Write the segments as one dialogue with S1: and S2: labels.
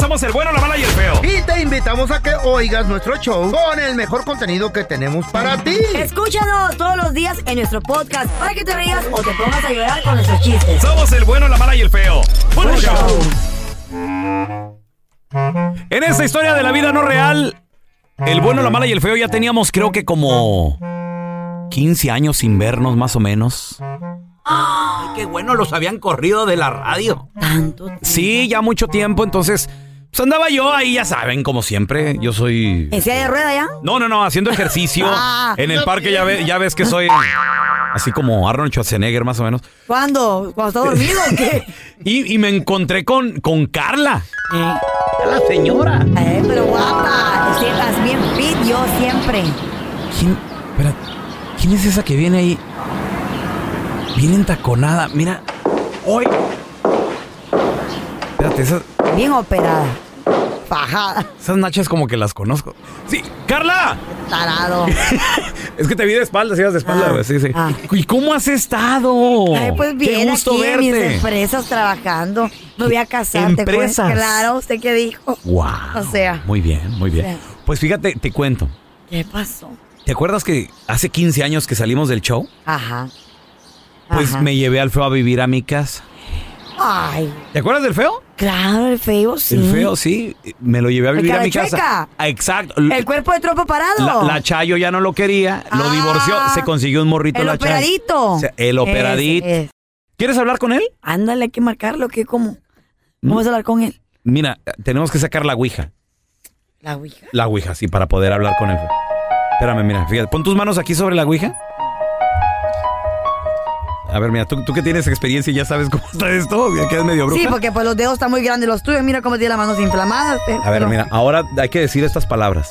S1: Somos el bueno, la mala y el feo.
S2: Y te invitamos a que oigas nuestro show con el mejor contenido que tenemos para ti.
S3: Escúchanos todos los días en nuestro podcast para que te rías o te pongas a llorar con nuestros chistes.
S1: Somos el bueno, la mala y el feo. ¡Buen show! En esta historia de la vida no real, el bueno, la mala y el feo ya teníamos creo que como 15 años sin vernos más o menos.
S4: Ay, qué bueno, los habían corrido de la radio.
S3: Ah. Tanto.
S1: Sí, ya mucho tiempo, entonces pues andaba yo ahí, ya saben, como siempre, yo soy...
S3: ¿En silla de rueda ya?
S1: No, no, no, haciendo ejercicio
S3: Ah,
S1: en el parque, ya, ve- ya ves que soy así como Arnold Schwarzenegger más o menos.
S3: ¿Cuándo? ¿Cuando está dormido o qué?
S1: Y, y me encontré con, con Carla.
S4: La señora.
S3: Eh, pero
S1: Ah.
S3: guapa, Ah, te sientas bien fit yo siempre.
S1: ¿Quién, espera, ¿quién es esa que viene ahí? Viene entaconada, mira. ¡Hoy! Espérate, esas,
S3: Bien operada. Fajada.
S1: esas nachas como que las conozco. ¡Sí! ¡Carla!
S3: Tarado.
S1: Es que te vi de espaldas, ibas de espaldas.
S3: Ah,
S1: güey, sí, sí.
S3: ah.
S1: ¿Y cómo has estado?
S3: Ay, pues bien,
S1: Qué gusto
S3: aquí en mis
S1: verte.
S3: empresas trabajando. Me voy a casar,
S1: ¿Empresas?
S3: te cuento. Claro, ¿usted qué dijo?
S1: Wow.
S3: O sea.
S1: Muy bien, muy bien.
S3: O sea.
S1: Pues fíjate, te cuento.
S3: ¿Qué pasó?
S1: ¿Te acuerdas que hace 15 años que salimos del show?
S3: Ajá.
S1: Pues
S3: Ajá.
S1: me llevé al feo a vivir a mi casa.
S3: Ay,
S1: ¿Te acuerdas del feo?
S3: claro, el feo sí.
S1: El feo, sí. Me lo llevé a
S3: El
S1: vivir a
S3: cara
S1: mi
S3: chueca.
S1: casa. Ah, Exacto.
S3: El cuerpo de trompo parado.
S1: La, la Chayo ya no lo quería, lo
S3: Ah,
S1: divorció, se consiguió un morrito
S3: el
S1: la Chayo.
S3: operadito.
S1: O sea, el operadito.
S3: Ese eh. es.
S1: ¿Quieres hablar con él? ¿Mm?
S3: Ándale, hay que marcarlo, que como. Vamos a hablar con él.
S1: Mira, tenemos que sacar la ouija.
S3: La ouija.
S1: La ouija, sí, para poder hablar con él. Espérame, mira, fíjate. Pon tus manos aquí sobre la ouija. A ver, mira, tú, tú que tienes experiencia y ya sabes cómo está esto, ya quedas medio bruja.
S3: Sí, porque pues los dedos están muy grandes los tuyos. Mira cómo tiene las manos inflamadas. eh,
S1: A ver,
S3: pero-
S1: mira, ahora hay que decir estas palabras.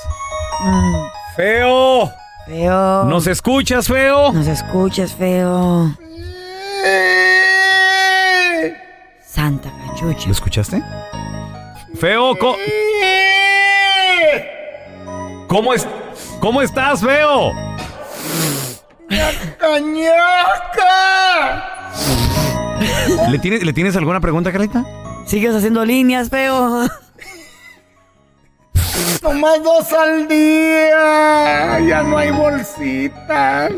S3: Mm,
S1: ¡Feo!
S3: feo.
S1: ¿Nos escuchas, feo?
S3: Nos escuches, feo. Santa cachucha.
S1: ¿Lo escuchaste? Feo, co- ¿cómo es? ¿Cómo estás, feo? ¿Le tienes, ¿Le tienes alguna pregunta, Carlita?
S3: Sigues haciendo líneas, feo.
S2: Nomás dos al día. Ya no hay bolsita.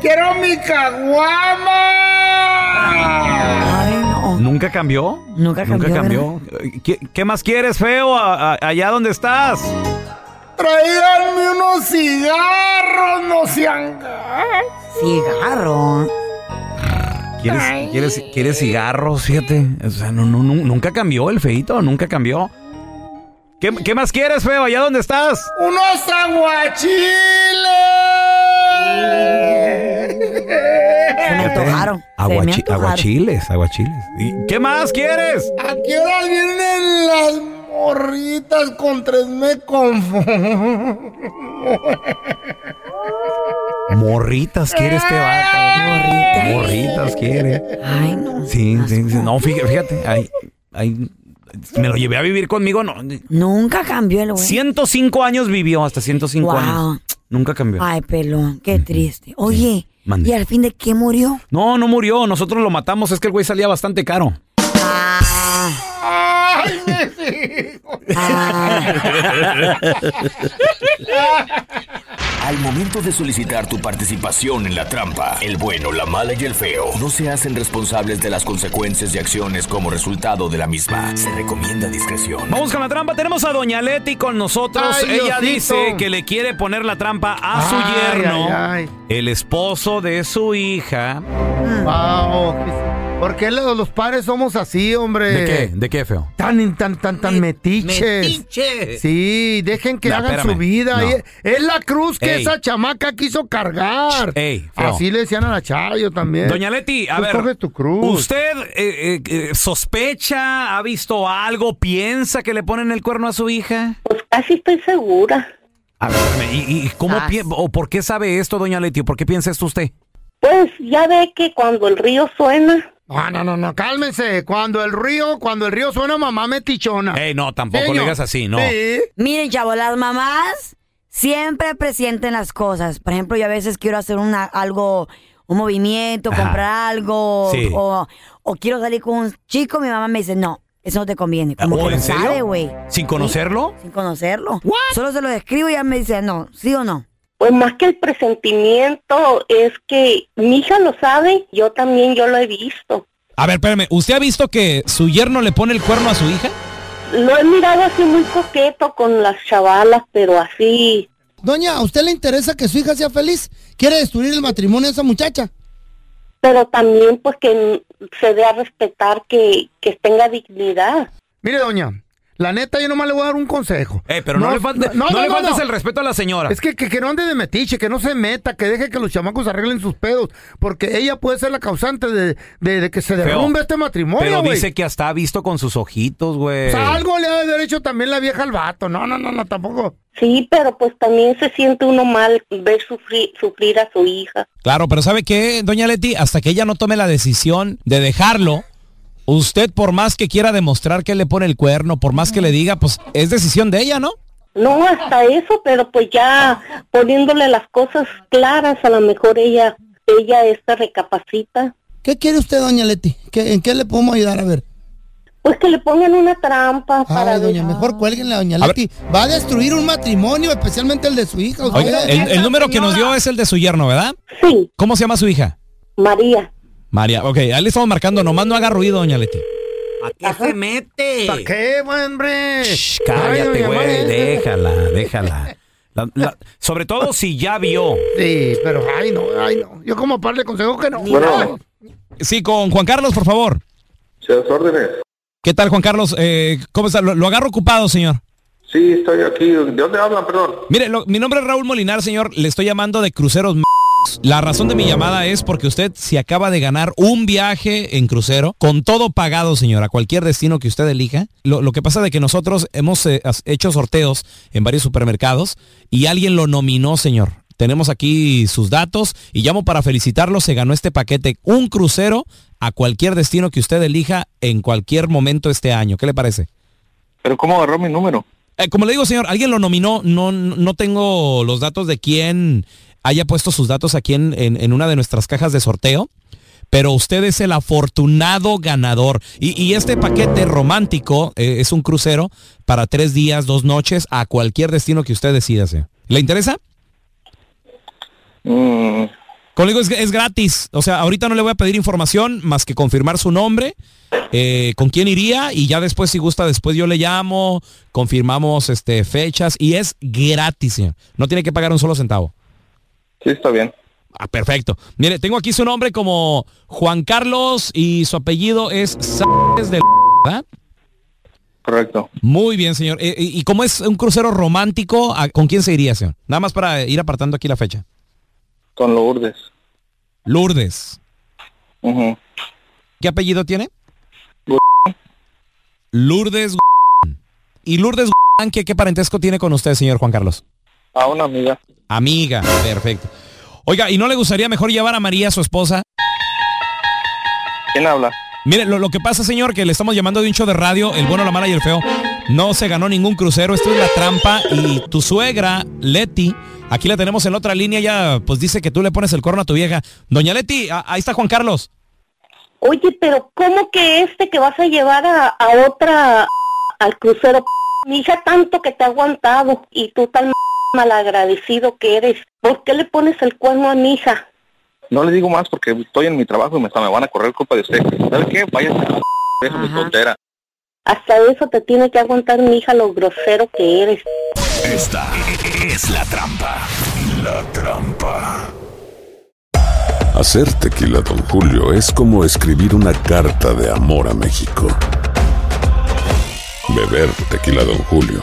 S2: Quiero mi caguama.
S3: Ay, no.
S1: ¿Nunca cambió?
S3: Nunca
S1: Nunca cambió.
S3: cambió,
S1: ¿Qué, qué más quieres, feo? A- a- allá donde estás.
S2: Traiganme unos cigarros, no sean
S3: Cigarro.
S1: ¿Quieres, quieres, quieres cigarros? Fíjate. O sea, no, no, no, nunca cambió el feito, nunca cambió. ¿Qué, qué más quieres, feo? ¿Allá dónde estás?
S2: unos aguachiles.
S3: Se me antojaron. Se me
S1: Eh, Aguachi-
S3: antojaron.
S1: aguachiles, aguachiles. ¿Y ¿Qué más quieres?
S2: ¿A qué hora vienen las morritas con tres me confundo?
S1: Morritas quiere este vato. Morritas quiere.
S3: Ay, no.
S1: Sí, sí, sí. No, fíjate, fíjate. ahí- ahí- me lo llevé a vivir conmigo. No.
S3: Nunca cambió el güey.
S1: 105 años vivió, hasta 105
S3: Wow.
S1: años. Nunca cambió.
S3: Ay, pelón, qué triste. Oye,
S1: Mande.
S3: ¿y al fin de qué murió?
S1: No, no murió. Nosotros lo matamos. Es que el güey salía bastante caro.
S3: Ah,
S2: ¡Ay, Messi!
S5: Al momento de solicitar tu participación en la trampa, el bueno, la mala y el feo no se hacen responsables de las consecuencias y acciones como resultado de la misma. Se recomienda discreción.
S6: Vamos con la trampa. Tenemos a Doña Leti con nosotros.
S2: Ay,
S6: Ella
S2: Diosito.
S6: dice que le quiere poner la trampa
S1: Ah,
S6: a su
S2: Ay,
S6: yerno,
S2: ay, ay.
S6: el esposo de su hija.
S2: Wow. ¿Por qué lo- los padres somos así, hombre?
S6: ¿De qué? ¿De qué, feo?
S2: Tan, tan, tan, tan metiches.
S7: Metiche.
S2: Sí, dejen que
S6: No,
S2: hagan
S6: espérame,
S2: su vida.
S6: no.
S2: Es- Es la cruz que
S6: Ey.
S2: esa chamaca quiso cargar.
S6: Ey, feo.
S2: Así le decían a la Chayo también.
S6: Doña Leti, a
S2: Tú
S6: ver.
S2: coges Pues tu cruz.
S6: ¿Usted eh, eh, eh, sospecha, ha visto algo, piensa que le ponen el cuerno a su hija?
S4: Pues casi estoy segura.
S6: A ver, ¿y, y cómo
S3: Ah,
S6: pi-
S3: sí.
S6: o por qué sabe esto, Doña Leti? ¿O por qué piensa esto usted?
S4: Pues ya ve que cuando el río suena,
S2: Ah, no, no, no, cálmense. Cuando el río, cuando el río suena, mamá metichona.
S6: Ey, no, tampoco
S2: Señor.
S6: le digas así, no.
S2: Sí.
S3: Miren, chavo, las mamás siempre presienten las cosas. Por ejemplo, yo a veces quiero hacer una, algo, un movimiento,
S6: Ajá.
S3: comprar algo,
S6: Sí.
S3: o, o quiero salir con un chico, mi mamá me dice, no, eso no te conviene. Como
S6: ¿O
S3: que
S6: ¿Oh, en
S3: lo
S6: serio?
S3: sabe, güey.
S6: ¿Sin conocerlo?
S3: Sin conocerlo. Solo se lo describo y ya me dice, no, sí o no.
S4: pues más que el presentimiento es que mi hija lo sabe, yo también yo lo he visto.
S1: A ver, espérame, ¿usted ha visto que su yerno le pone el cuerno a su hija?
S4: Lo he mirado así muy coqueto con las chavalas, pero así,
S8: Doña, ¿a usted le interesa que su hija sea feliz? ¿Quiere destruir el matrimonio de esa muchacha?
S4: pero también pues que se dé a respetar que, que tenga dignidad.
S2: Mire, doña, la neta, yo nomás le voy a dar un consejo.
S6: Ey, Eh, pero no, le, falte- no le faltes el respeto a la señora.
S2: Es que, que, que no ande de metiche, que no se meta, que deje que los chamacos arreglen sus pedos, porque ella puede ser la causante de, de- de que se
S6: Feo.
S2: derrumbe este matrimonio,
S6: Pero
S2: güey.
S6: dice que hasta ha visto con sus ojitos, güey.
S2: O sea, algo le ha de derecho también la vieja al vato. No, no, no, no, tampoco.
S4: Sí, pero pues también se siente uno mal ver sufrir, sufrir a su hija.
S1: Claro, pero ¿sabe qué, doña Leti? Hasta que ella no tome la decisión de dejarlo, usted por más que quiera demostrar que le pone el cuerno, por más que le diga, pues es decisión de ella, ¿no?
S4: No, hasta eso, pero pues ya poniéndole las cosas claras, a lo mejor ella, ella esta recapacita.
S8: ¿Qué quiere usted, doña Leti? ¿Qué- ¿En qué le podemos ayudar? A ver.
S4: Pues que le pongan una trampa para...
S8: Ay, doña, mejor cuélguenle a doña
S1: A ver.
S8: Leti. Va a destruir un matrimonio, especialmente el de su
S6: Pues,
S8: hija. usted.
S1: Oiga, el, el número que nos dio es el de su yerno, ¿verdad?
S4: Sí,
S1: ¿Cómo se llama su hija?
S4: María.
S1: María, ok, ahí le estamos marcando, nomás no haga ruido, doña Leti.
S7: ¿A qué se mete?
S2: ¿Para qué, buen hombre?
S6: Shh,
S2: Ay,
S6: cállate,
S2: doña
S6: güey.
S2: María.
S6: Déjala, déjala. La- la- sobre todo si ya vio.
S2: Sí, pero ay, no, ay, no. Yo como par le consejo que no.
S9: Bueno.
S1: Sí, con Juan Carlos, por favor.
S9: Sí, a sus órdenes.
S1: ¿Qué tal, Juan Carlos? Eh, ¿Cómo está? Lo, lo agarro ocupado, señor.
S9: Sí, estoy aquí. ¿De dónde hablan, perdón?
S1: Mire, lo- mi nombre es Raúl Molinar, señor. Le estoy llamando de Cruceros M****. La razón de mi llamada es porque usted se acaba de ganar un viaje en crucero con todo pagado, señor, a cualquier destino que usted elija. Lo, lo que pasa de que nosotros hemos eh, has- hecho sorteos en varios supermercados y alguien lo nominó, señor. Tenemos aquí sus datos y llamo para felicitarlo. Se ganó este paquete, un crucero a cualquier destino que usted elija en cualquier momento este año. ¿Qué le parece?
S9: ¿Pero cómo agarró mi número?
S1: Eh, como le digo, señor, alguien lo nominó. No, no tengo los datos de quién haya puesto sus datos aquí en, en- en una de nuestras cajas de sorteo. Pero usted es el afortunado ganador. Y, y este paquete romántico eh, es un crucero para tres días, dos noches, a cualquier destino que usted decida. señor. ¿Le interesa?
S9: Mm,
S1: Como le digo, es, es gratis. O sea, ahorita no le voy a pedir información más que confirmar su nombre, eh, con quién iría y ya después, si gusta, después yo le llamo, confirmamos este, fechas y es gratis, señor. No tiene que pagar un solo centavo.
S9: sí, está bien.
S1: Ah, perfecto. Mire, tengo aquí su nombre como Juan Carlos y su apellido es Sánchez del... ¿verdad?
S9: Correcto.
S1: Muy bien, señor. Eh, eh, y como es un crucero romántico, ¿a- ¿con quién se iría, señor? Nada más para ir apartando aquí la fecha.
S9: Con Lourdes.
S1: Lourdes.
S9: Ujú.
S1: ¿Qué apellido tiene?
S9: Gu-
S1: Lourdes Gu- ¿Y Lourdes Gu- ¿qué, qué parentesco tiene con usted, señor Juan Carlos?
S9: A Ah, una amiga.
S1: Amiga, perfecto. Oiga, ¿y no le gustaría mejor llevar a María, su esposa?
S9: ¿Quién habla?
S1: Mire, lo, lo que pasa, señor, que le estamos llamando de un show de radio, el bueno, la mala y el feo. No se ganó ningún crucero, esto es la trampa. Y tu suegra, Leti, aquí la tenemos en la otra línea, ya pues dice que tú le pones el corno a tu vieja. Doña Leti, a- ahí está Juan Carlos.
S4: Oye, pero ¿cómo que este que vas a llevar a, a otra
S10: al crucero. Mi hija, tanto que te ha aguantado y tú tan malagradecido que eres. ¿Por qué le pones el cuerno a mi hija?
S11: No le digo más porque estoy en mi trabajo y me, me van a correr culpa de usted. ¿Sabe qué? Vaya a es mi tontera.
S10: Hasta eso te tiene que aguantar mi hija lo grosero que eres.
S12: Esta es la trampa. La trampa.
S13: Hacer tequila, Don Julio, es como escribir una carta de amor a México. Beber tequila, Don Julio,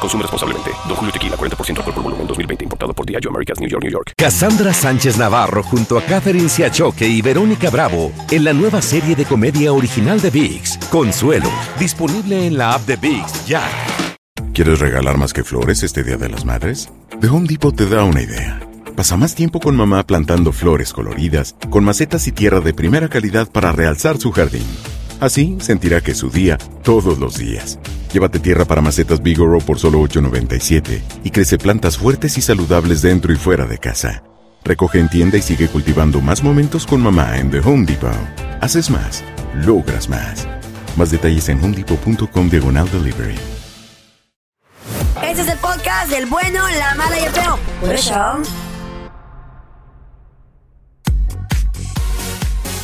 S14: Consume responsablemente. Don Julio Tequila, 40% alcohol por volumen, 2020. Importado por Diageo Americas, New York, New York.
S5: Cassandra Sánchez Navarro junto a Catherine Siachoque y Verónica Bravo en la nueva serie de comedia original de VIX, Consuelo, disponible en la app de VIX ya.
S15: ¿Quieres regalar más que flores este Día de las Madres? The Home Depot te da una idea. Pasa más tiempo con mamá plantando flores coloridas, con macetas y tierra de primera calidad para realzar su jardín. Así sentirá que es su día todos los días. Llévate tierra para macetas Bigoro por solo $8.97 y crece plantas fuertes y saludables dentro y fuera de casa. Recoge en tienda y sigue cultivando más momentos con mamá en The Home Depot. Haces más, logras más. Más detalles en homedepot.com diagonal delivery.
S3: Ese es el podcast del bueno, la mala y el feo. Por eso.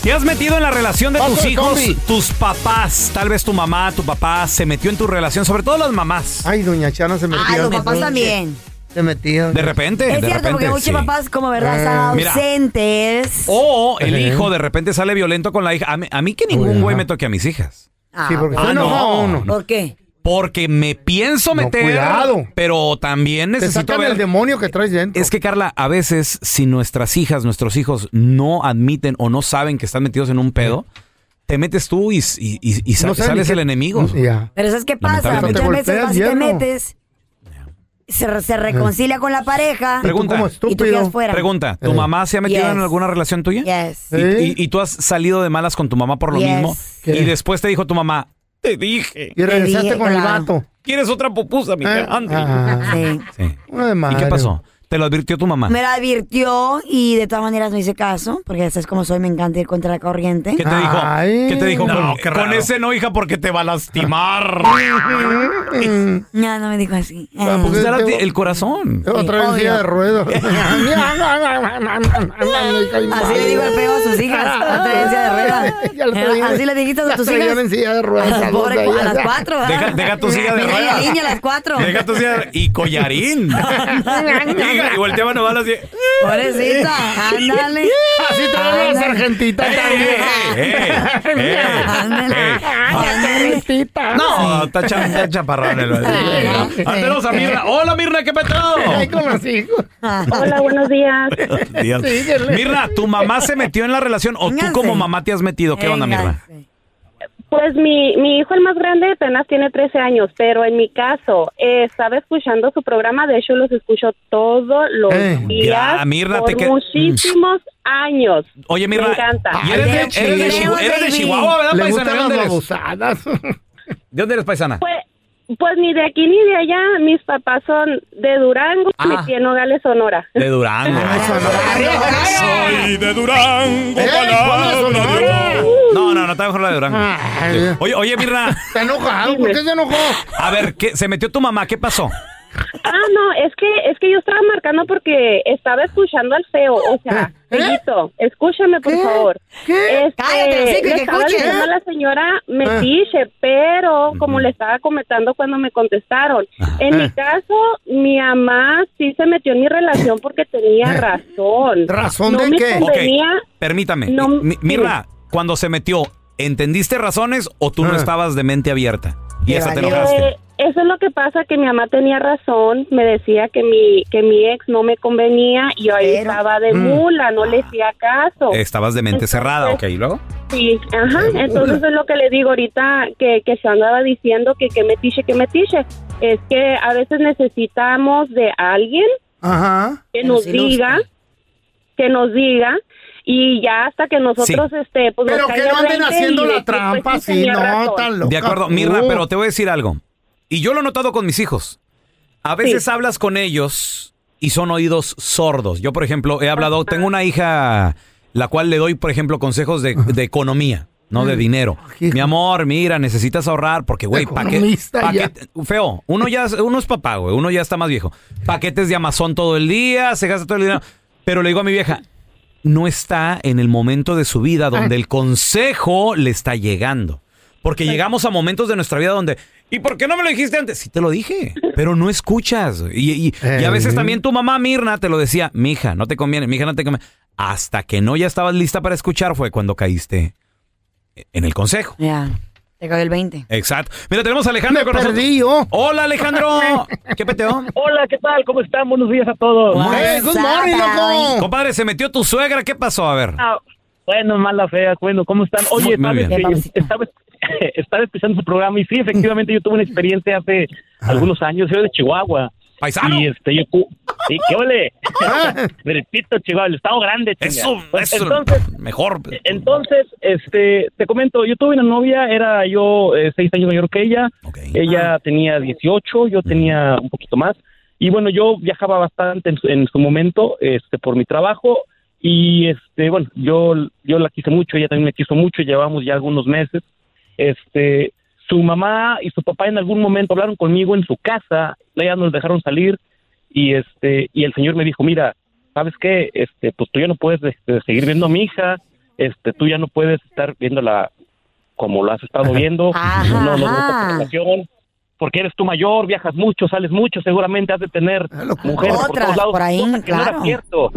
S1: ¿Te has metido en la relación de
S3: Paso
S1: tus
S3: de
S1: hijos?
S3: combi.
S1: Tus papás, tal vez tu mamá, tu papá, se metió en tu relación, sobre todo las mamás.
S2: Ay, doña Chana se
S3: Ah,
S2: metía.
S3: los papás también.
S2: Se metía.
S1: De repente,
S3: Es
S1: de
S3: cierto, porque
S1: repente,
S3: muchos
S1: sí. Eh,
S3: papás, como verdad, están
S1: Mira.
S3: ausentes.
S1: O el hijo de repente sale violento con la hija. A mí, a mí que ningún güey me toque a mis hijas.
S3: Ah,
S1: Sí, porque se enoja uno.
S3: ¿Por qué?
S1: Porque me pienso meter,
S2: cuidado.
S1: pero también
S2: Te
S1: necesito
S2: sacan
S1: ver...
S2: el demonio que traes dentro.
S1: Es que, Carla, a veces si nuestras hijas, nuestros hijos no admiten o no saben que están metidos en un pedo, te metes tú y, y- y- y sa-
S2: No saben
S1: sales
S2: ni qué- Mm,
S1: el enemigo.
S2: Ya.
S3: Pero ¿sabes qué pasa?
S1: Lamentablemente.
S3: Muchas
S1: Te
S3: veces
S1: golpeas,
S3: vas y te
S1: hierro.
S3: metes, se, re- se reconcilia con la pareja
S1: Pregunta,
S3: y tú quedas fuera.
S1: pregunta,
S2: Eh.
S1: ¿tu mamá se ha metido
S3: Yes.
S1: en alguna relación tuya?
S3: Yes.
S1: Y, y- y tú has salido de malas con tu mamá por lo
S3: Yes.
S1: mismo.
S3: ¿Qué?
S1: Y después te dijo tu mamá, te dije.
S2: Y regresaste con el vato. Eh,
S1: ¿Quieres otra pupusa, mi
S3: Sí.
S2: Uno de
S1: ¿Y
S2: madre.
S1: qué pasó? ¿Te lo advirtió tu mamá?
S3: Me la advirtió y de todas maneras no hice caso, porque es como soy, me encanta ir contra la corriente.
S1: ¿Qué te dijo? ¿Qué te dijo? con, con ese no, hija, porque te va a lastimar.
S3: No, no me dijo así.
S1: Ah, porque
S3: Eh,
S1: te hará el corazón.
S2: Este Otra vez en silla de ruedas.
S3: Así le digo al feo a sus hijas, a tragencia de ruedas.
S2: Ya lo traían-
S3: Eh, Así le dijiste a
S2: las
S3: tus
S2: traían
S3: hijas.
S2: en silla de ruedas,
S3: A las,
S2: las
S3: pobres,
S2: dos de
S3: a las
S2: ellas.
S3: cuatro. ¿verdad?
S1: Deja, deja tu silla de
S3: Mira la
S1: ruedas.
S3: niña, a las cuatro.
S1: Deja tu silla de- y collarín. Hija, y volteaban a balas y...
S3: Pobrecita, ándale. Eh,
S2: Así traen las argentitas también.
S1: No, oh, está, cha- está chaparrón el
S2: Sí.
S1: Ahí tenemos a Mirna. Hola, Mirna, ¿qué petado?
S2: Ahí con los hijos.
S10: Hola, buenos días.
S1: Dios.
S10: Síguele.
S1: Mirna, ¿tu mamá se metió en la relación o tú como mamá te has metido? ¿Qué onda, Mirna?
S10: Pues mi, mi hijo, el más grande, apenas tiene 13 años, pero en mi caso, eh, estaba escuchando su programa, de hecho los escucho todos los días
S1: Eh, ya, Mirna,
S10: por
S1: te que-
S10: muchísimos años.
S1: Oye, Mirna,
S10: Me encanta.
S1: ¿y eres de, eres de Chihu- eres de Chihuahua, ¿verdad,
S2: Le
S1: paisana?
S2: gustan
S1: ¿De
S2: las
S1: dónde eres?
S2: babosadas.
S1: ¿De dónde eres, paisana?
S10: Pues, pues ni de aquí ni de allá, mis papás son de Durango
S1: Ah.
S10: y de Nogales, Sonora.
S1: De Durango.
S10: ah,
S1: Ah,
S16: Soy de Durango,
S2: Eh,
S16: palabra de Dios.
S1: No, no, no, está mejor la de Durango. Sí. Oye, oye, Mirna.
S2: Está enojado. ¿Por qué se enojó?
S1: A ver, ¿qué, se metió tu mamá, ¿qué pasó?
S10: Ah, no, es que es que yo estaba marcando porque estaba escuchando al feo, o sea,
S3: ¿Eh?
S10: Feguito, escúchame por favor. Este,
S3: Cállate, hocico, y que
S10: le estaba
S3: escuche. Ah.
S10: diciendo a la señora metiche, pero como le estaba comentando cuando me contestaron, en
S3: Eh.
S10: mi caso, mi mamá sí se metió en mi relación porque tenía
S3: Eh.
S10: razón.
S1: ¿Razón
S10: No
S1: de
S10: me
S1: qué?
S10: convenía.
S1: Permítame.
S10: No,
S1: Mi- Mirna, cuando se metió, ¿entendiste razones o tú
S2: Ah.
S1: no estabas de mente abierta? Y hasta te enojaste.
S10: Eh, eso es lo que pasa, que mi mamá tenía razón, me decía que mi, que mi ex no me convenía y yo ahí estaba de
S1: Mm.
S10: mula, no le hacía caso.
S1: Estabas de mente cerrada, ok, ¿y luego?
S10: Sí, ajá, entonces es lo que le digo ahorita, que, que se andaba diciendo que que metiche, que metiche. Es que a veces necesitamos de alguien
S2: Ajá.
S10: que nos diga, que nos diga y ya hasta que nosotros,
S1: Sí.
S10: este, pues
S2: Pero
S10: nos
S2: que
S10: caiga
S2: no anden
S10: 20
S2: haciendo
S10: y,
S2: la
S10: pues,
S2: trampa,
S10: sí,
S2: sí,
S10: tenía
S2: no,
S10: razón.
S2: tan Uh. loco.
S1: De acuerdo, Mirra, pero te voy a decir algo. Y yo lo he notado con mis hijos. A veces hablas con ellos y son oídos sordos. Yo, por ejemplo, he hablado, tengo una hija la cual le doy, por ejemplo, consejos de, de economía, no
S2: Mm.
S1: de dinero. Mi amor, mira, necesitas ahorrar porque, güey, pa' qué-
S2: Economista
S1: pa'
S2: ya.
S1: qué- feo, uno ya es- uno es papá, güey, uno ya está más viejo. Paquetes de Amazon todo el día, se gasta todo el dinero. Pero le digo a mi vieja, no está en el momento de su vida donde el consejo le está llegando. Porque llegamos a momentos de nuestra vida donde, ¿y por qué no me lo dijiste antes? Sí, te lo dije, pero no escuchas. Y, y- y a veces también tu mamá Mirna te lo decía, mija, no te conviene, mija, no te conviene. Hasta que no ya estabas lista para escuchar fue cuando caíste en el consejo.
S3: Ya. Te cayó el 20.
S1: Exacto. Mira, tenemos a Alejandro con nosotros. Hola, Alejandro. ¿Qué peteo?
S6: Hola, ¿qué tal? ¿Cómo están? Buenos días a todos.
S1: Muy bien. Compadre, se metió tu suegra. ¿Qué pasó? A ver.
S6: Ah, bueno, mala fea, bueno, ¿cómo están? Oye,
S1: Muy
S6: ¿sabes
S1: bien.
S6: que estaba, estaba escuchando su programa y sí, efectivamente yo tuve una experiencia hace algunos años, yo era de Chihuahua.
S1: ¿Paisano? Ah.
S6: Y este, yo... tu- Sí, ¿qué ole? Gritito, Chihuahua, el estado grande, chinga.
S1: Eso,
S6: Pues,
S1: eso,
S6: Entonces,
S1: mejor.
S6: entonces, este, te comento, yo tuve una novia, era yo eh, seis años mayor que ella, ella tenía 18, yo tenía un poquito más, y bueno, yo viajaba bastante en su, en su momento, este, por mi trabajo, y este, bueno, yo, yo la quise mucho, ella también me quiso mucho, llevamos ya algunos meses, este, su mamá y su papá en algún momento hablaron conmigo en su casa, ya nos dejaron salir, y este y el señor me dijo mira sabes qué este pues tú ya no puedes este, seguir viendo a mi hija este tú ya no puedes estar viéndola como lo has estado viendo no no
S3: ajá.
S6: no relación porque eres tú mayor viajas mucho sales mucho seguramente has de tener mujeres por
S3: Otras
S6: todos lados
S3: por ahí,
S6: cosa que no
S3: claro.
S6: era cierto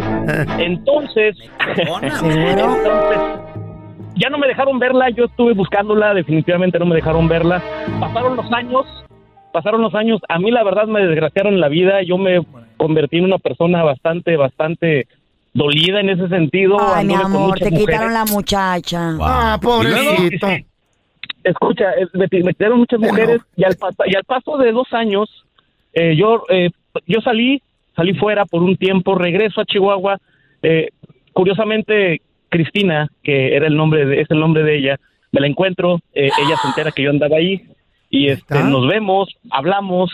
S6: entonces entonces, ya no me dejaron verla yo estuve buscándola definitivamente no me dejaron verla pasaron los años pasaron los años. A mí, la verdad, me desgraciaron la vida. Yo me convertí en una persona bastante, bastante dolida en ese sentido.
S3: Ay, mi
S6: Anduve con
S3: amor,
S6: muchas
S3: te quitaron
S6: mujeres.
S3: la muchacha.
S2: Ah, pobrecito.
S6: Escucha, eh, me, me quitaron muchas mujeres y al, pa- y al paso de dos años, eh, yo, eh, yo salí, salí fuera por un tiempo, regreso a Chihuahua. eh, curiosamente, Cristina, que era el nombre de, es el nombre de ella, me la encuentro, eh, ella se entera que yo andaba ahí y este, nos vemos, hablamos,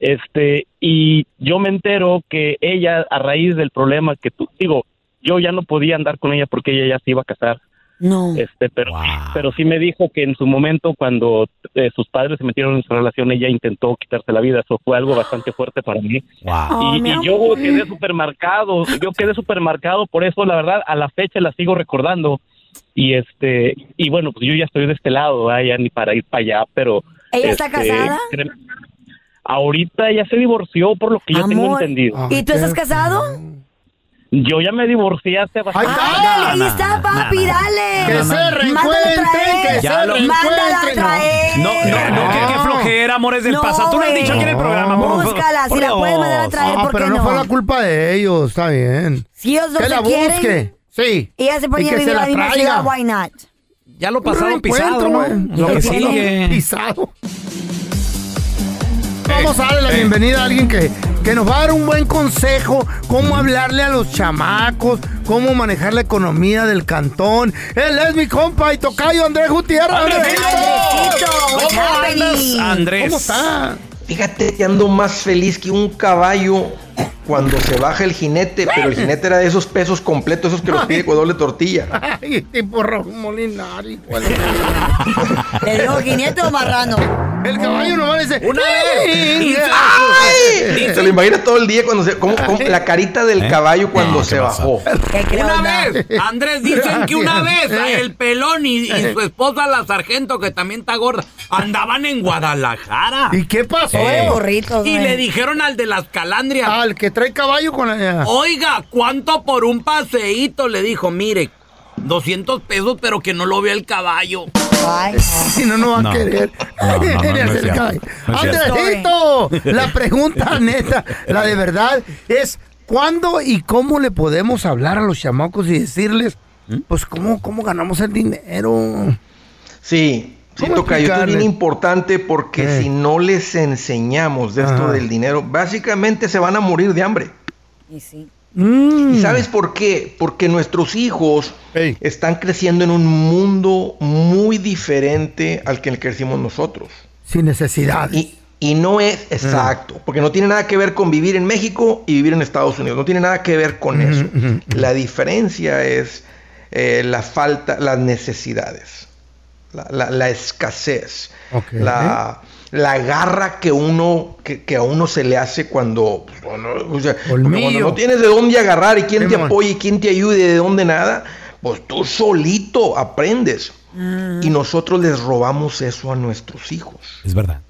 S6: este, y yo me entero que ella, a raíz del problema que tú, digo, yo ya no podía andar con ella porque ella ya se iba a casar.
S3: No.
S6: Este, pero, pero sí me dijo que en su momento, cuando eh, sus padres se metieron en su relación, ella intentó quitarse la vida. Eso fue algo bastante fuerte para mí.
S16: Oh,
S6: Y,
S16: mi
S6: y yo quedé supermercado, yo quedé supermercado, por eso la verdad a la fecha la sigo recordando. Y este, y bueno, pues yo ya estoy de este lado, ¿verdad? ya ni para ir para allá, pero
S3: ¿Ella está
S6: este,
S3: casada?
S6: cre- Ahorita ya se divorció por lo que yo tengo
S3: Amor,
S6: entendido.
S3: ¿Y tú estás casado?
S6: Yo ya me divorcié hace bastante
S3: Ahí está, papi, dale.
S16: Que se
S3: Mándala a traer.
S16: que se
S1: Ya lo-
S3: Mándala a traer.
S1: No, no, no, qué, qué flojera, amores del
S3: No,
S1: pasado. Tú lo has
S3: güey.
S1: dicho aquí en el programa. por-
S3: Búscala, si la
S1: por
S3: puedes mandar a
S1: Dios.
S3: traer, ¿por
S2: Ah, pero
S3: qué
S2: no,
S3: no?
S2: fue la culpa de ellos, está bien.
S3: Si ellos no
S2: que la
S3: se quieren,
S2: busque. Sí.
S3: Ella se
S2: Y
S3: ponía a
S2: que
S3: vivir
S2: se
S3: en la
S2: la
S3: misma
S2: traiga.
S3: ciudad, why not?
S1: Ya lo
S2: Lo encuentro, güey.
S1: Lo que
S2: Pisado,
S1: sigue.
S2: Pisado. Vamos a darle la bienvenida a alguien que, que nos va a dar un buen consejo, cómo hablarle a los chamacos, cómo manejar la economía del cantón. Él es mi compa y tocayo Andrés Gutiérrez.
S16: ¡Andresito!
S2: ¡Andresito!
S16: ¿Cómo andas, Andrés?
S2: ¿Cómo está?
S9: Fíjate que ando más feliz que un caballo cuando se baja el jinete, pero el jinete era de esos pesos completos, esos que los pide con doble tortilla.
S2: Ay, tipo rojo molinari.
S3: Le digo jinete o marrano.
S2: El caballo nomás dice.
S3: Una
S2: vez.
S9: ¡Ay! Se lo imagina todo el día cuando se. como- como la carita
S2: ¿Eh?
S9: del caballo cuando se bajó.
S4: Una vez, Andrés, dicen que una vez
S9: Eh.
S4: el pelón y, y su esposa, la sargento, que también está gorda, andaban en Guadalajara.
S2: ¿Y qué pasó?
S4: Eh.
S3: Burritos,
S4: Y
S3: güey.
S4: le dijeron al de las calandrias.
S2: Al que trae caballo Eh, con la...
S4: Oiga, ¿cuánto por un paseíto? Le dijo, mire, 200 pesos, pero que no lo vea el caballo.
S2: Eh, Si no, no va
S4: No.
S2: a querer.
S4: No, no, no, no es cierto.
S2: Caballo.
S4: No es cierto.
S2: Andresito, la pregunta neta, la de verdad, es ¿cuándo y cómo le podemos hablar a los chamacos y decirles,
S4: ¿Mm?
S2: pues, cómo, cómo ganamos el dinero?
S9: Sí, sí,
S2: ¿Cómo
S9: toca. Esto es bien
S2: explicarle? Eh.
S9: importante porque si no les enseñamos de esto
S2: Ajá.
S9: del dinero, básicamente se van a morir de hambre.
S3: Y sí.
S2: Mm.
S9: ¿Y sabes por qué? Porque nuestros hijos están creciendo en un mundo muy diferente al que crecimos nosotros.
S2: Sin necesidad.
S9: Y, y no es
S2: Mm.
S9: exacto, porque no tiene nada que ver con vivir en México y vivir en Estados Unidos, no tiene nada que ver con eso. La diferencia es eh, la falta, las necesidades, la, la- la escasez, la, la garra que uno que, que a uno se le hace cuando, pues, bueno, o sea, porque cuando no tienes de dónde agarrar y quién te apoya y quién te ayude y de dónde nada, pues tú solito aprendes. Y nosotros les robamos eso a nuestros hijos.
S1: Es verdad.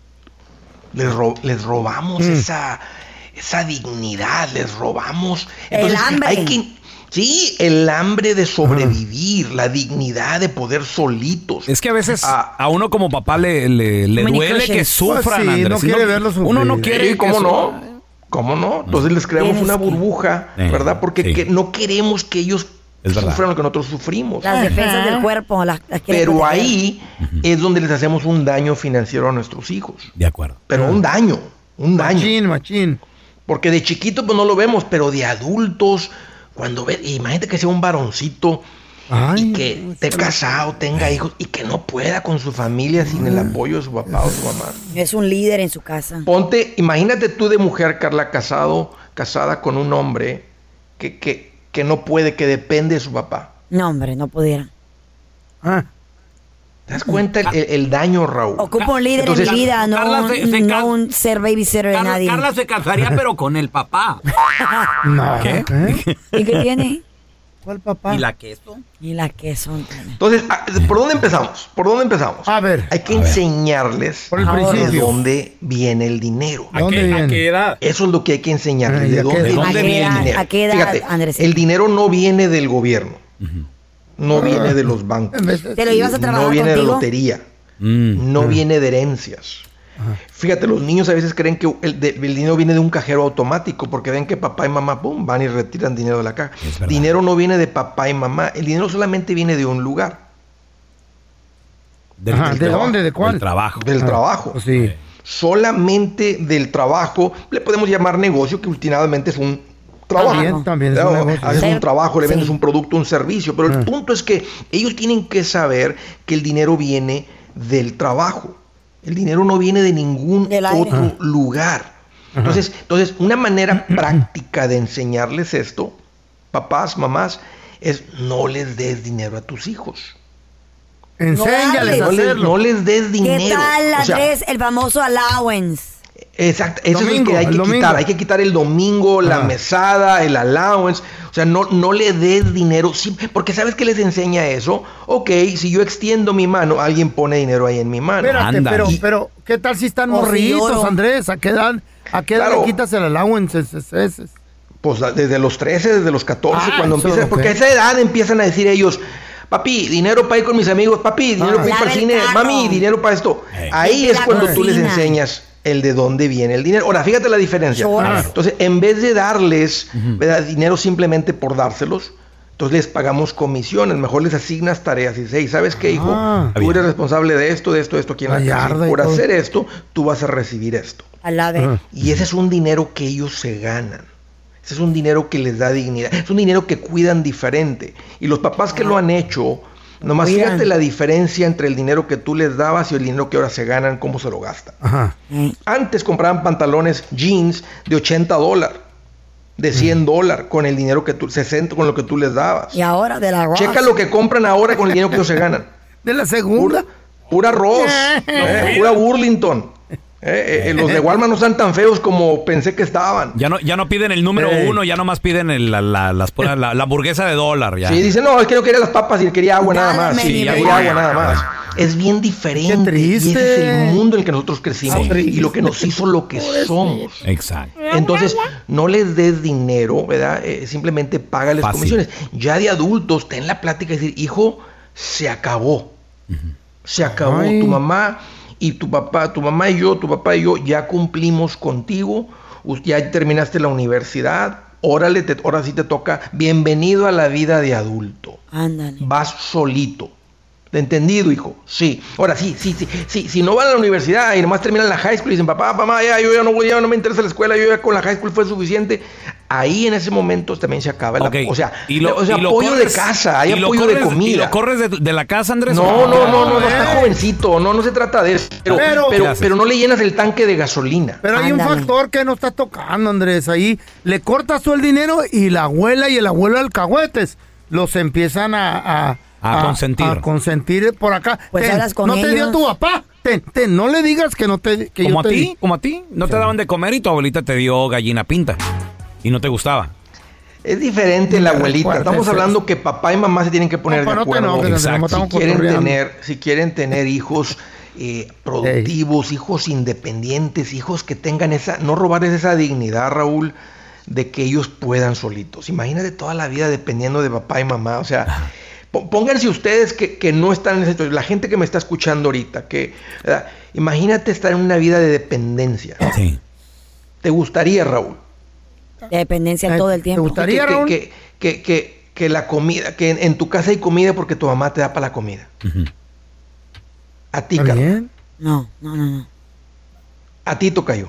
S1: Mm.
S9: Les, ro- les robamos esa, esa dignidad, les robamos.
S3: El hambre.
S9: Hay que, sí, el hambre de sobrevivir, la dignidad de poder solitos.
S1: Mm. Es que a veces
S9: Ah,
S1: a uno como papá le, le- le
S9: Many
S1: duele
S9: cushions.
S1: que sufran,
S9: Pues sí,
S1: Andrés.
S9: no quiere verlos
S1: Uno no
S9: sufrir.
S1: quiere.
S9: Sí,
S1: que
S9: ¿cómo
S1: su-
S9: no? ¿Cómo no? Entonces les creamos una burbuja,
S1: Eh,
S9: ¿verdad? Porque
S1: sí.
S9: que- no queremos que ellos
S1: Es verdad.
S9: sufran lo que nosotros sufrimos.
S3: Las defensas del cuerpo, las, las quiere
S9: Pero
S3: proteger.
S9: ahí es donde les hacemos un daño financiero a nuestros hijos.
S1: De acuerdo. Ah.
S9: Pero un daño, un daño. Machín, machín. Porque de chiquito pues no lo vemos, pero de adultos, cuando ve, imagínate que sea un varoncito y que esté casado, tenga hijos y que no pueda con su familia sin el apoyo de su papá o su mamá.
S3: Es un líder en su casa.
S9: Ponte, imagínate tú de mujer, Carla, casado, casada con un hombre que, que, que no puede, que depende de su papá.
S3: No, hombre, no pudiera.
S9: ¿Te das cuenta el, el- el daño, Raúl?
S3: Ocupa un líder
S9: Entonces-
S3: en mi vida, no,
S9: Carla
S3: un,
S9: se- se
S3: no un ser babysitter de nadie.
S4: Carla se casaría, pero con el papá.
S2: No.
S4: ¿Qué?
S3: ¿Y qué tiene?
S2: ¿Cuál papá?
S4: ¿Y la queso?
S3: ¿Y la queso?
S9: Entonces, ah, ¿por dónde empezamos? ¿Por dónde empezamos? A ver. Hay que enseñarles
S2: el
S9: de
S2: principio.
S9: dónde viene el dinero.
S2: ¿A dónde qué- a viene? qué
S9: edad? Eso es lo que hay que enseñarles.
S2: Ah, ¿y
S9: ¿De
S2: a qué
S9: dónde,
S2: edad? ¿A qué
S9: viene
S2: edad?
S9: el dinero?
S2: ¿A qué edad,
S9: Fíjate, el dinero no viene del gobierno. No viene de los bancos.
S3: ¿Te lo llevas a trabajar
S9: No viene de
S3: contigo?
S9: lotería. No viene de herencias. Fíjate, los niños a veces creen que el, de- el dinero viene de un cajero automático porque ven que papá y mamá, pum, van y retiran dinero de la caja. Dinero no viene de papá y mamá. El dinero solamente viene de un lugar.
S1: Del-
S2: Ajá,
S9: del
S2: ¿De
S9: trabajo.
S2: dónde? ¿De cuál? Del
S1: trabajo.
S9: Del trabajo. Ah. Oh, Solamente del trabajo le podemos llamar negocio, que últimamente es un trabajo.
S2: También, también es un
S9: Claro,
S2: negocio. Mm.
S9: Haces un trabajo, le
S2: Sí.
S9: vendes un producto, un servicio, pero el punto es que ellos tienen que saber que el dinero viene del trabajo. El dinero no viene de ningún
S3: aire.
S9: otro lugar. Entonces, entonces, una manera práctica de enseñarles esto, papás, mamás, es no les des dinero a tus hijos.
S3: Enséñales a
S9: no les,
S3: hacerlo.
S9: no les des dinero.
S3: ¿Qué tal,
S9: O sea,
S3: Andrés? el famoso allowance.
S9: Exacto, eso
S3: Domingo,
S9: es lo que hay
S3: el
S9: que
S3: domingo.
S9: quitar. Hay que quitar el domingo, la
S3: Ah.
S9: mesada, el allowance. O sea, no, no le des dinero. sí, porque ¿sabes qué les enseña eso? Ok, si yo extiendo mi mano, alguien pone dinero ahí en mi mano.
S2: Espérate, pero, pero, ¿qué tal si están
S9: O si
S2: morriditos,
S9: lloro.
S2: Andrés? ¿A qué edad, a qué edad le quitas el allowance? ese- ese?
S9: Pues la- desde los 13, desde los 14,
S2: Ah,
S9: cuando
S2: eso,
S9: empiezan.
S2: ok.
S9: Porque a esa edad empiezan a decir ellos. Papi, dinero para ir con mis amigos. Papi, dinero
S2: Ah.
S9: para ir para el
S2: Lava el
S9: cine.
S2: carro.
S9: Mami, dinero para esto. Ahí
S2: Limpia
S9: es
S2: la
S9: cuando tú les
S2: cocina.
S9: enseñas el de dónde viene el dinero. Ahora, fíjate la diferencia.
S2: Sure. Claro.
S9: Entonces, en vez de darles ¿verdad? dinero simplemente por dárselos, entonces les pagamos comisiones. Mejor les asignas tareas y dices, "Hey, ¿sabes qué, hijo?
S2: Ah.
S9: Tú eres responsable de esto, de esto, de esto aquí en la casa.
S2: Gallarda y
S9: Por
S2: todo. Ah.
S9: hacer esto, tú vas a recibir esto.
S3: Allowance.
S9: Y ese es un dinero que ellos se ganan. Ese es un dinero que les da dignidad. Es un dinero que cuidan diferente. Y los papás que lo han hecho, nomás
S2: Cuidan.
S9: fíjate la diferencia entre el dinero que tú les dabas y el dinero que ahora se ganan, cómo se lo gastan.
S2: Ajá.
S9: Antes compraban pantalones jeans de 80 dólares, de 100 dólares, con el dinero que tú, 60 con lo que tú les dabas.
S3: Y ahora de la Ross.
S9: Checa lo que compran ahora con el dinero que ellos se ganan.
S2: De la segunda.
S9: Pura arroz,
S2: Eh.
S9: eh, pura Burlington. Eh, eh, eh, los de Walmart no están tan feos como pensé que estaban.
S1: Ya no, ya no piden el número
S9: Ey.
S1: uno, ya nomás piden el- la, la- las puras- la- la hamburguesa de dólar. Ya.
S9: Sí, dice, no, es que no quería las papas y quería agua nada más.
S1: Sí,
S9: Sí,
S1: ya
S9: quería
S1: vi.
S9: agua nada más. Es bien diferente. Y ese es el mundo en el que nosotros
S2: Ah,
S9: crecimos
S1: Sí.
S9: y lo que nos hizo lo que somos.
S1: Exacto.
S9: Entonces, no les des dinero, ¿verdad? Eh, simplemente págales
S1: Fácil.
S9: comisiones. Ya de adultos, ten la plática y decir, hijo, se acabó. Se acabó.
S2: Ay.
S9: Tu mamá y tu papá, tu mamá y yo, tu papá y yo, ya cumplimos contigo. Us- Ya terminaste la universidad. Órale, te- ahora sí te toca. Bienvenido a la vida de adulto.
S3: Ándale.
S9: Vas solito. ¿De entendido, hijo? Sí. Ahora, sí, sí, sí, sí. Si no van a la universidad y nomás terminan la high school y dicen, papá, mamá, ya, yo ya no voy, ya no me interesa la escuela, yo ya con la high school fue suficiente. Ahí en ese momento también se acaba el
S1: Ok.
S9: apoyo. O sea,
S1: Y lo-
S9: o sea,
S1: y lo
S9: apoyo
S1: corres-
S9: de casa, hay
S1: y lo
S9: apoyo de
S1: corres-
S9: comida.
S1: ¿Y lo corres de, de la casa, Andrés?
S9: No, no, no, no, no está jovencito, no, no se trata de eso. Pero,
S2: eh. Pero-
S9: pero,
S2: ¿Qué haces?
S9: pero no le llenas el tanque de gasolina.
S2: Pero hay un factor que no está tocando, Andrés. Ahí le cortas tú el dinero y la abuela y el abuelo alcahuetes los empiezan a... a-
S1: A consentir.
S2: A consentir por acá.
S3: Pues hablas con
S2: no te dio
S3: ellos.
S2: tu papá. Ten, ten, no le digas que no te... Que
S1: ¿Como
S2: yo
S1: a
S2: te
S1: ti?
S2: di.
S1: ¿Como a ti? No te daban de comer y tu abuelita te dio gallina pinta. Y no te gustaba.
S9: Es diferente la abuelita.
S1: fuerte,
S9: Estamos
S1: sí.
S9: hablando que papá y mamá se tienen que poner
S2: Papá,
S9: de
S2: no te
S9: acuerdo.
S2: enojes, Andrés, no estamos
S9: si quieren
S2: cotorreando.
S9: tener, si quieren tener hijos eh, productivos, hijos independientes, hijos que tengan esa, no robarles esa dignidad, Raúl, de que ellos puedan solitos. Imagínate toda la vida dependiendo de papá y mamá. O sea, po- pónganse ustedes que, que no están en ese la gente que me está escuchando ahorita, que ¿verdad? imagínate estar en una vida de dependencia. ¿Te gustaría, Raúl?
S3: De
S9: Eh,
S3: dependencia todo el tiempo.
S9: que, que- que, que- que- que la comida, que en, en tu casa hay comida porque tu mamá te da para la comida. A ti, Carla.
S3: No, no, no, no.
S9: A ti toca yo.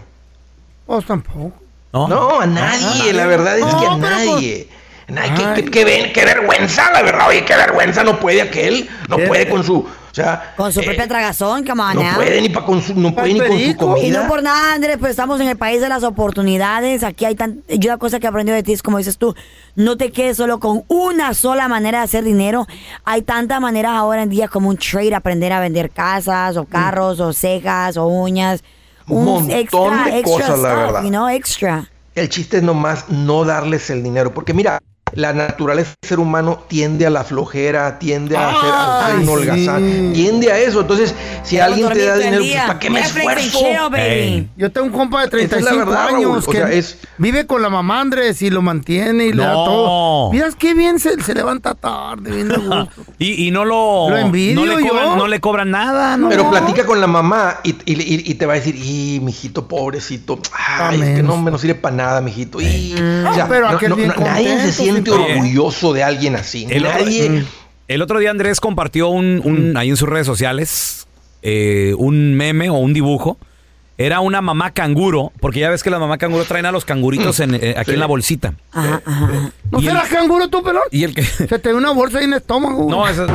S2: Pues tampoco.
S1: No,
S9: a nadie.
S2: Ah,
S9: la verdad es
S2: no,
S9: que a
S2: pero
S9: nadie. Ay, qué, qué- qué ven- qué vergüenza, la verdad. Oye, qué vergüenza. No puede aquel. No puede con su. O sea,
S3: Con su
S9: eh,
S3: propia tragazón, que
S9: no puede ni para con su, no puede ni con su
S3: Y no
S9: comida.
S3: por nada, Andrés, pero estamos en el país de las oportunidades. Aquí hay tan... Yo la cosa que he aprendido de ti es como dices tú, no te quedes solo con una sola manera de hacer dinero. Hay tantas maneras ahora en día como un trade, aprender a vender casas o carros o cejas o uñas.
S9: Mm. Un montón de cosas, la verdad.
S3: you know, extra.
S9: El chiste es nomás no darles el dinero. Porque mira, la naturaleza del ser humano tiende a la flojera, tiende a, hacer,
S2: Ah,
S9: a ser un
S17: sí.
S9: holgazán, tiende a eso. Entonces, si alguien te da dinero, pues, ¿para qué me esfuerzo? Ey.
S2: Yo tengo un compa de
S9: Esa es la
S2: 35
S9: verdad, Raúl.
S2: años
S9: O
S2: que
S9: sea, es-
S2: vive con la mamá Andrés y lo mantiene y le da
S1: No.
S2: todo. Miras qué bien se, se levanta tarde, bien de gusto.
S1: y, y no lo.
S2: Lo envidio
S1: no le cobran,
S2: yo.
S1: no le cobran nada. No.
S9: Pero platica con la mamá y, y- y- y te va a decir, y mijito, pobrecito, ay, es que no me no sirve para nada, mijito. Y,
S2: Ah, pero aquel bien
S9: nadie
S2: contento, pues. Mm.
S9: se siente
S1: simpático.
S9: orgulloso de alguien así.
S1: El otro,
S9: nadie. Mm.
S1: el otro día Andrés compartió un, un- ahí en sus redes sociales eh, un meme o un dibujo. Era una mamá canguro, porque ya ves que las mamá canguro traen a los
S9: Mm.
S1: canguritos en, eh, aquí en la bolsita.
S2: ¿No serás canguro tú, pelón?
S1: Y el que...
S2: Se te dio una bolsa ahí en el estómago.
S1: No, eso-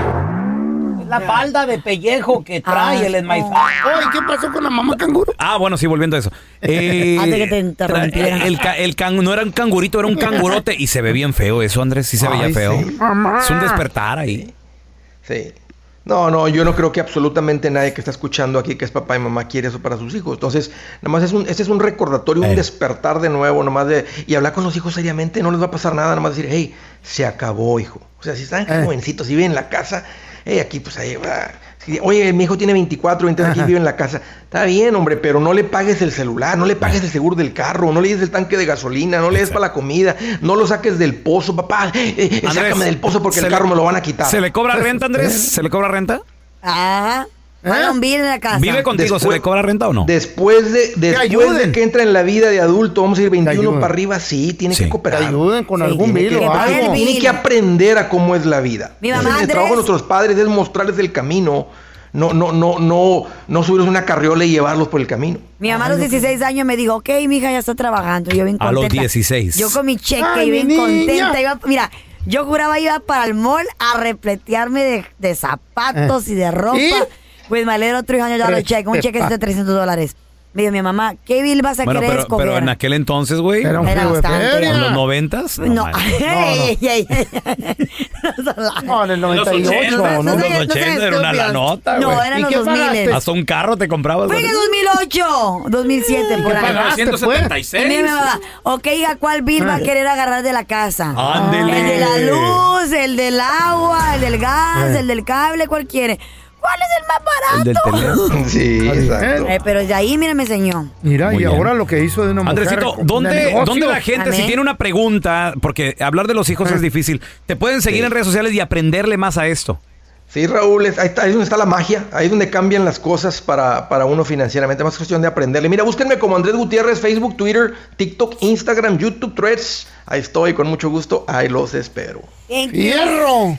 S4: La falda de pellejo que
S3: Ah,
S4: trae el enmaizado.
S2: Ay, ¿qué pasó con la mamá canguro? Ah,
S1: Ah, bueno, sí, volviendo a eso. Eh,
S3: Antes que te
S1: tra-
S3: interrumpiera.
S1: El, ca- el can- no era un cangurito, era un cangurote. Y se ve bien feo eso, Andrés, sí se veía
S9: Ay,
S1: feo.
S9: sí.
S1: Es
S2: Ah.
S1: un despertar ahí.
S9: Sí. No, no, yo no creo que absolutamente nadie que está escuchando aquí, que es papá y mamá, quiere eso para sus hijos. Entonces, nada más es un, este es un recordatorio,
S1: Eh.
S9: un despertar de nuevo, nomás de, y hablar con los hijos seriamente, no les va a pasar nada, nomás decir, hey, se acabó, hijo. O sea, si están
S1: Eh.
S9: jovencitos y viven en la casa, hey, aquí pues ahí va. Sí, Oye, mi hijo tiene 24, 23 aquí vive en la casa. Está bien, hombre, pero no le pagues el celular,
S1: Eh.
S9: no le pagues el seguro del carro, no le des el tanque de gasolina, no le des para la comida, no lo saques del pozo, papá. eh, eh, sácame del pozo porque
S1: ¿se
S9: el
S1: le-
S9: carro me lo van a quitar. Eh.
S1: ¿Se le cobra renta, Andrés? ¿Se le cobra renta?
S3: Ajá. Paga un bill en la casa.
S1: ¿Vive contigo? ¿Se le cobra renta o no?
S9: Después de, después
S1: ayuden.
S9: de que entra en la vida de adulto, vamos a ir
S1: Que
S9: 21
S1: ayuden.
S9: para arriba, sí, tiene
S1: Sí.
S9: que cooperar.
S2: Que ayuden con algún
S9: tiene
S2: bill
S9: que-
S2: o
S9: tiene que-
S2: algo.
S9: Tiene que aprender a cómo es la vida.
S2: Mi mamá,
S9: Entonces, el
S2: Andrés.
S9: trabajo de nuestros padres es mostrarles el camino, no, no, no, no, no subirlos a una carriola y llevarlos por el camino.
S3: Mi mamá a los 16 años me dijo, ok, mi hija ya está trabajando. Yo bien
S9: A
S3: contenta.
S9: los 16.
S3: Yo con mi cheque
S2: Ay,
S3: y
S2: mi
S3: bien
S2: niña.
S3: contenta. Iba- mira, yo juraba iba para el mall a repletearme de, de zapatos
S18: Eh.
S3: y de ropa.
S18: ¿Y?
S3: Pues me alegro, tres años ya lo
S1: Tres
S3: cheque. Un cheque es de
S1: pepas.
S3: 300 dólares. Me dijo mi mamá, ¿qué bill vas a
S1: Bueno,
S3: querer
S1: pero,
S3: escoger?
S1: pero en aquel entonces, güey.
S3: Era un Era friego de bastante. feria.
S1: ¿En los noventas?
S3: No, Ey, ey, ey.
S2: No, en el
S1: Los
S2: 98,
S1: ochentas,
S2: ¿no?
S1: los ochentas era una la nota,
S3: No,
S1: güey.
S3: eran los 2000.
S1: Hasta un carro te comprabas.
S3: Fue en el 2008, 2007, por
S1: ¿Qué
S3: ahí.
S1: pagaste, 1976?
S3: Y mira, mi mamá, ok, hija, ¿cuál bill va a querer agarrar de la casa?
S1: Ándele.
S3: El de la luz, el del agua, el del gas,
S9: Eh.
S3: el del cable, ¿cuál quiere? ¿Cuál es el más barato?
S9: del teléfono. Sí, exacto.
S3: Eh, pero de ahí, mira, me enseñó.
S2: Mira,
S1: Muy
S2: y
S1: bien.
S2: ahora lo que hizo de una mujer.
S1: Andresito,
S2: con- de
S1: ¿dónde,
S2: negocio.
S1: ¿dónde la gente, si
S3: Amén.
S1: tiene una pregunta, porque hablar de los hijos es difícil, te pueden seguir en redes sociales y aprenderle más a esto?
S9: Sí, Raúl, es- ahí, está, ahí es donde está la magia, ahí es donde cambian las cosas para, para uno financieramente, más cuestión de aprenderle. Mira, búsquenme como Andrés Gutiérrez, Facebook, Twitter, TikTok, Instagram, YouTube, Threads. Ahí estoy, con mucho gusto, ahí los espero.
S3: Thank you.
S2: ¡Hierro!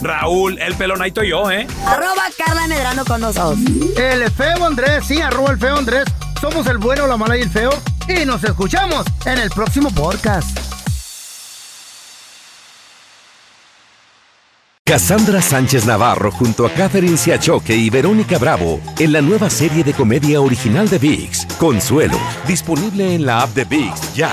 S1: Raúl el Pelón, ahí estoy yo, ¿eh?
S3: Arroba Carla Medrano con nosotros.
S2: El feo Andrés, sí, arroba el feo Andrés. Somos el bueno, la mala y el feo. Y nos escuchamos en el próximo podcast.
S5: Cassandra Sánchez Navarro junto a Catherine Siachoque y Verónica Bravo en la nueva serie de comedia original de VIX, Consuelo, disponible en la app de VIX ya.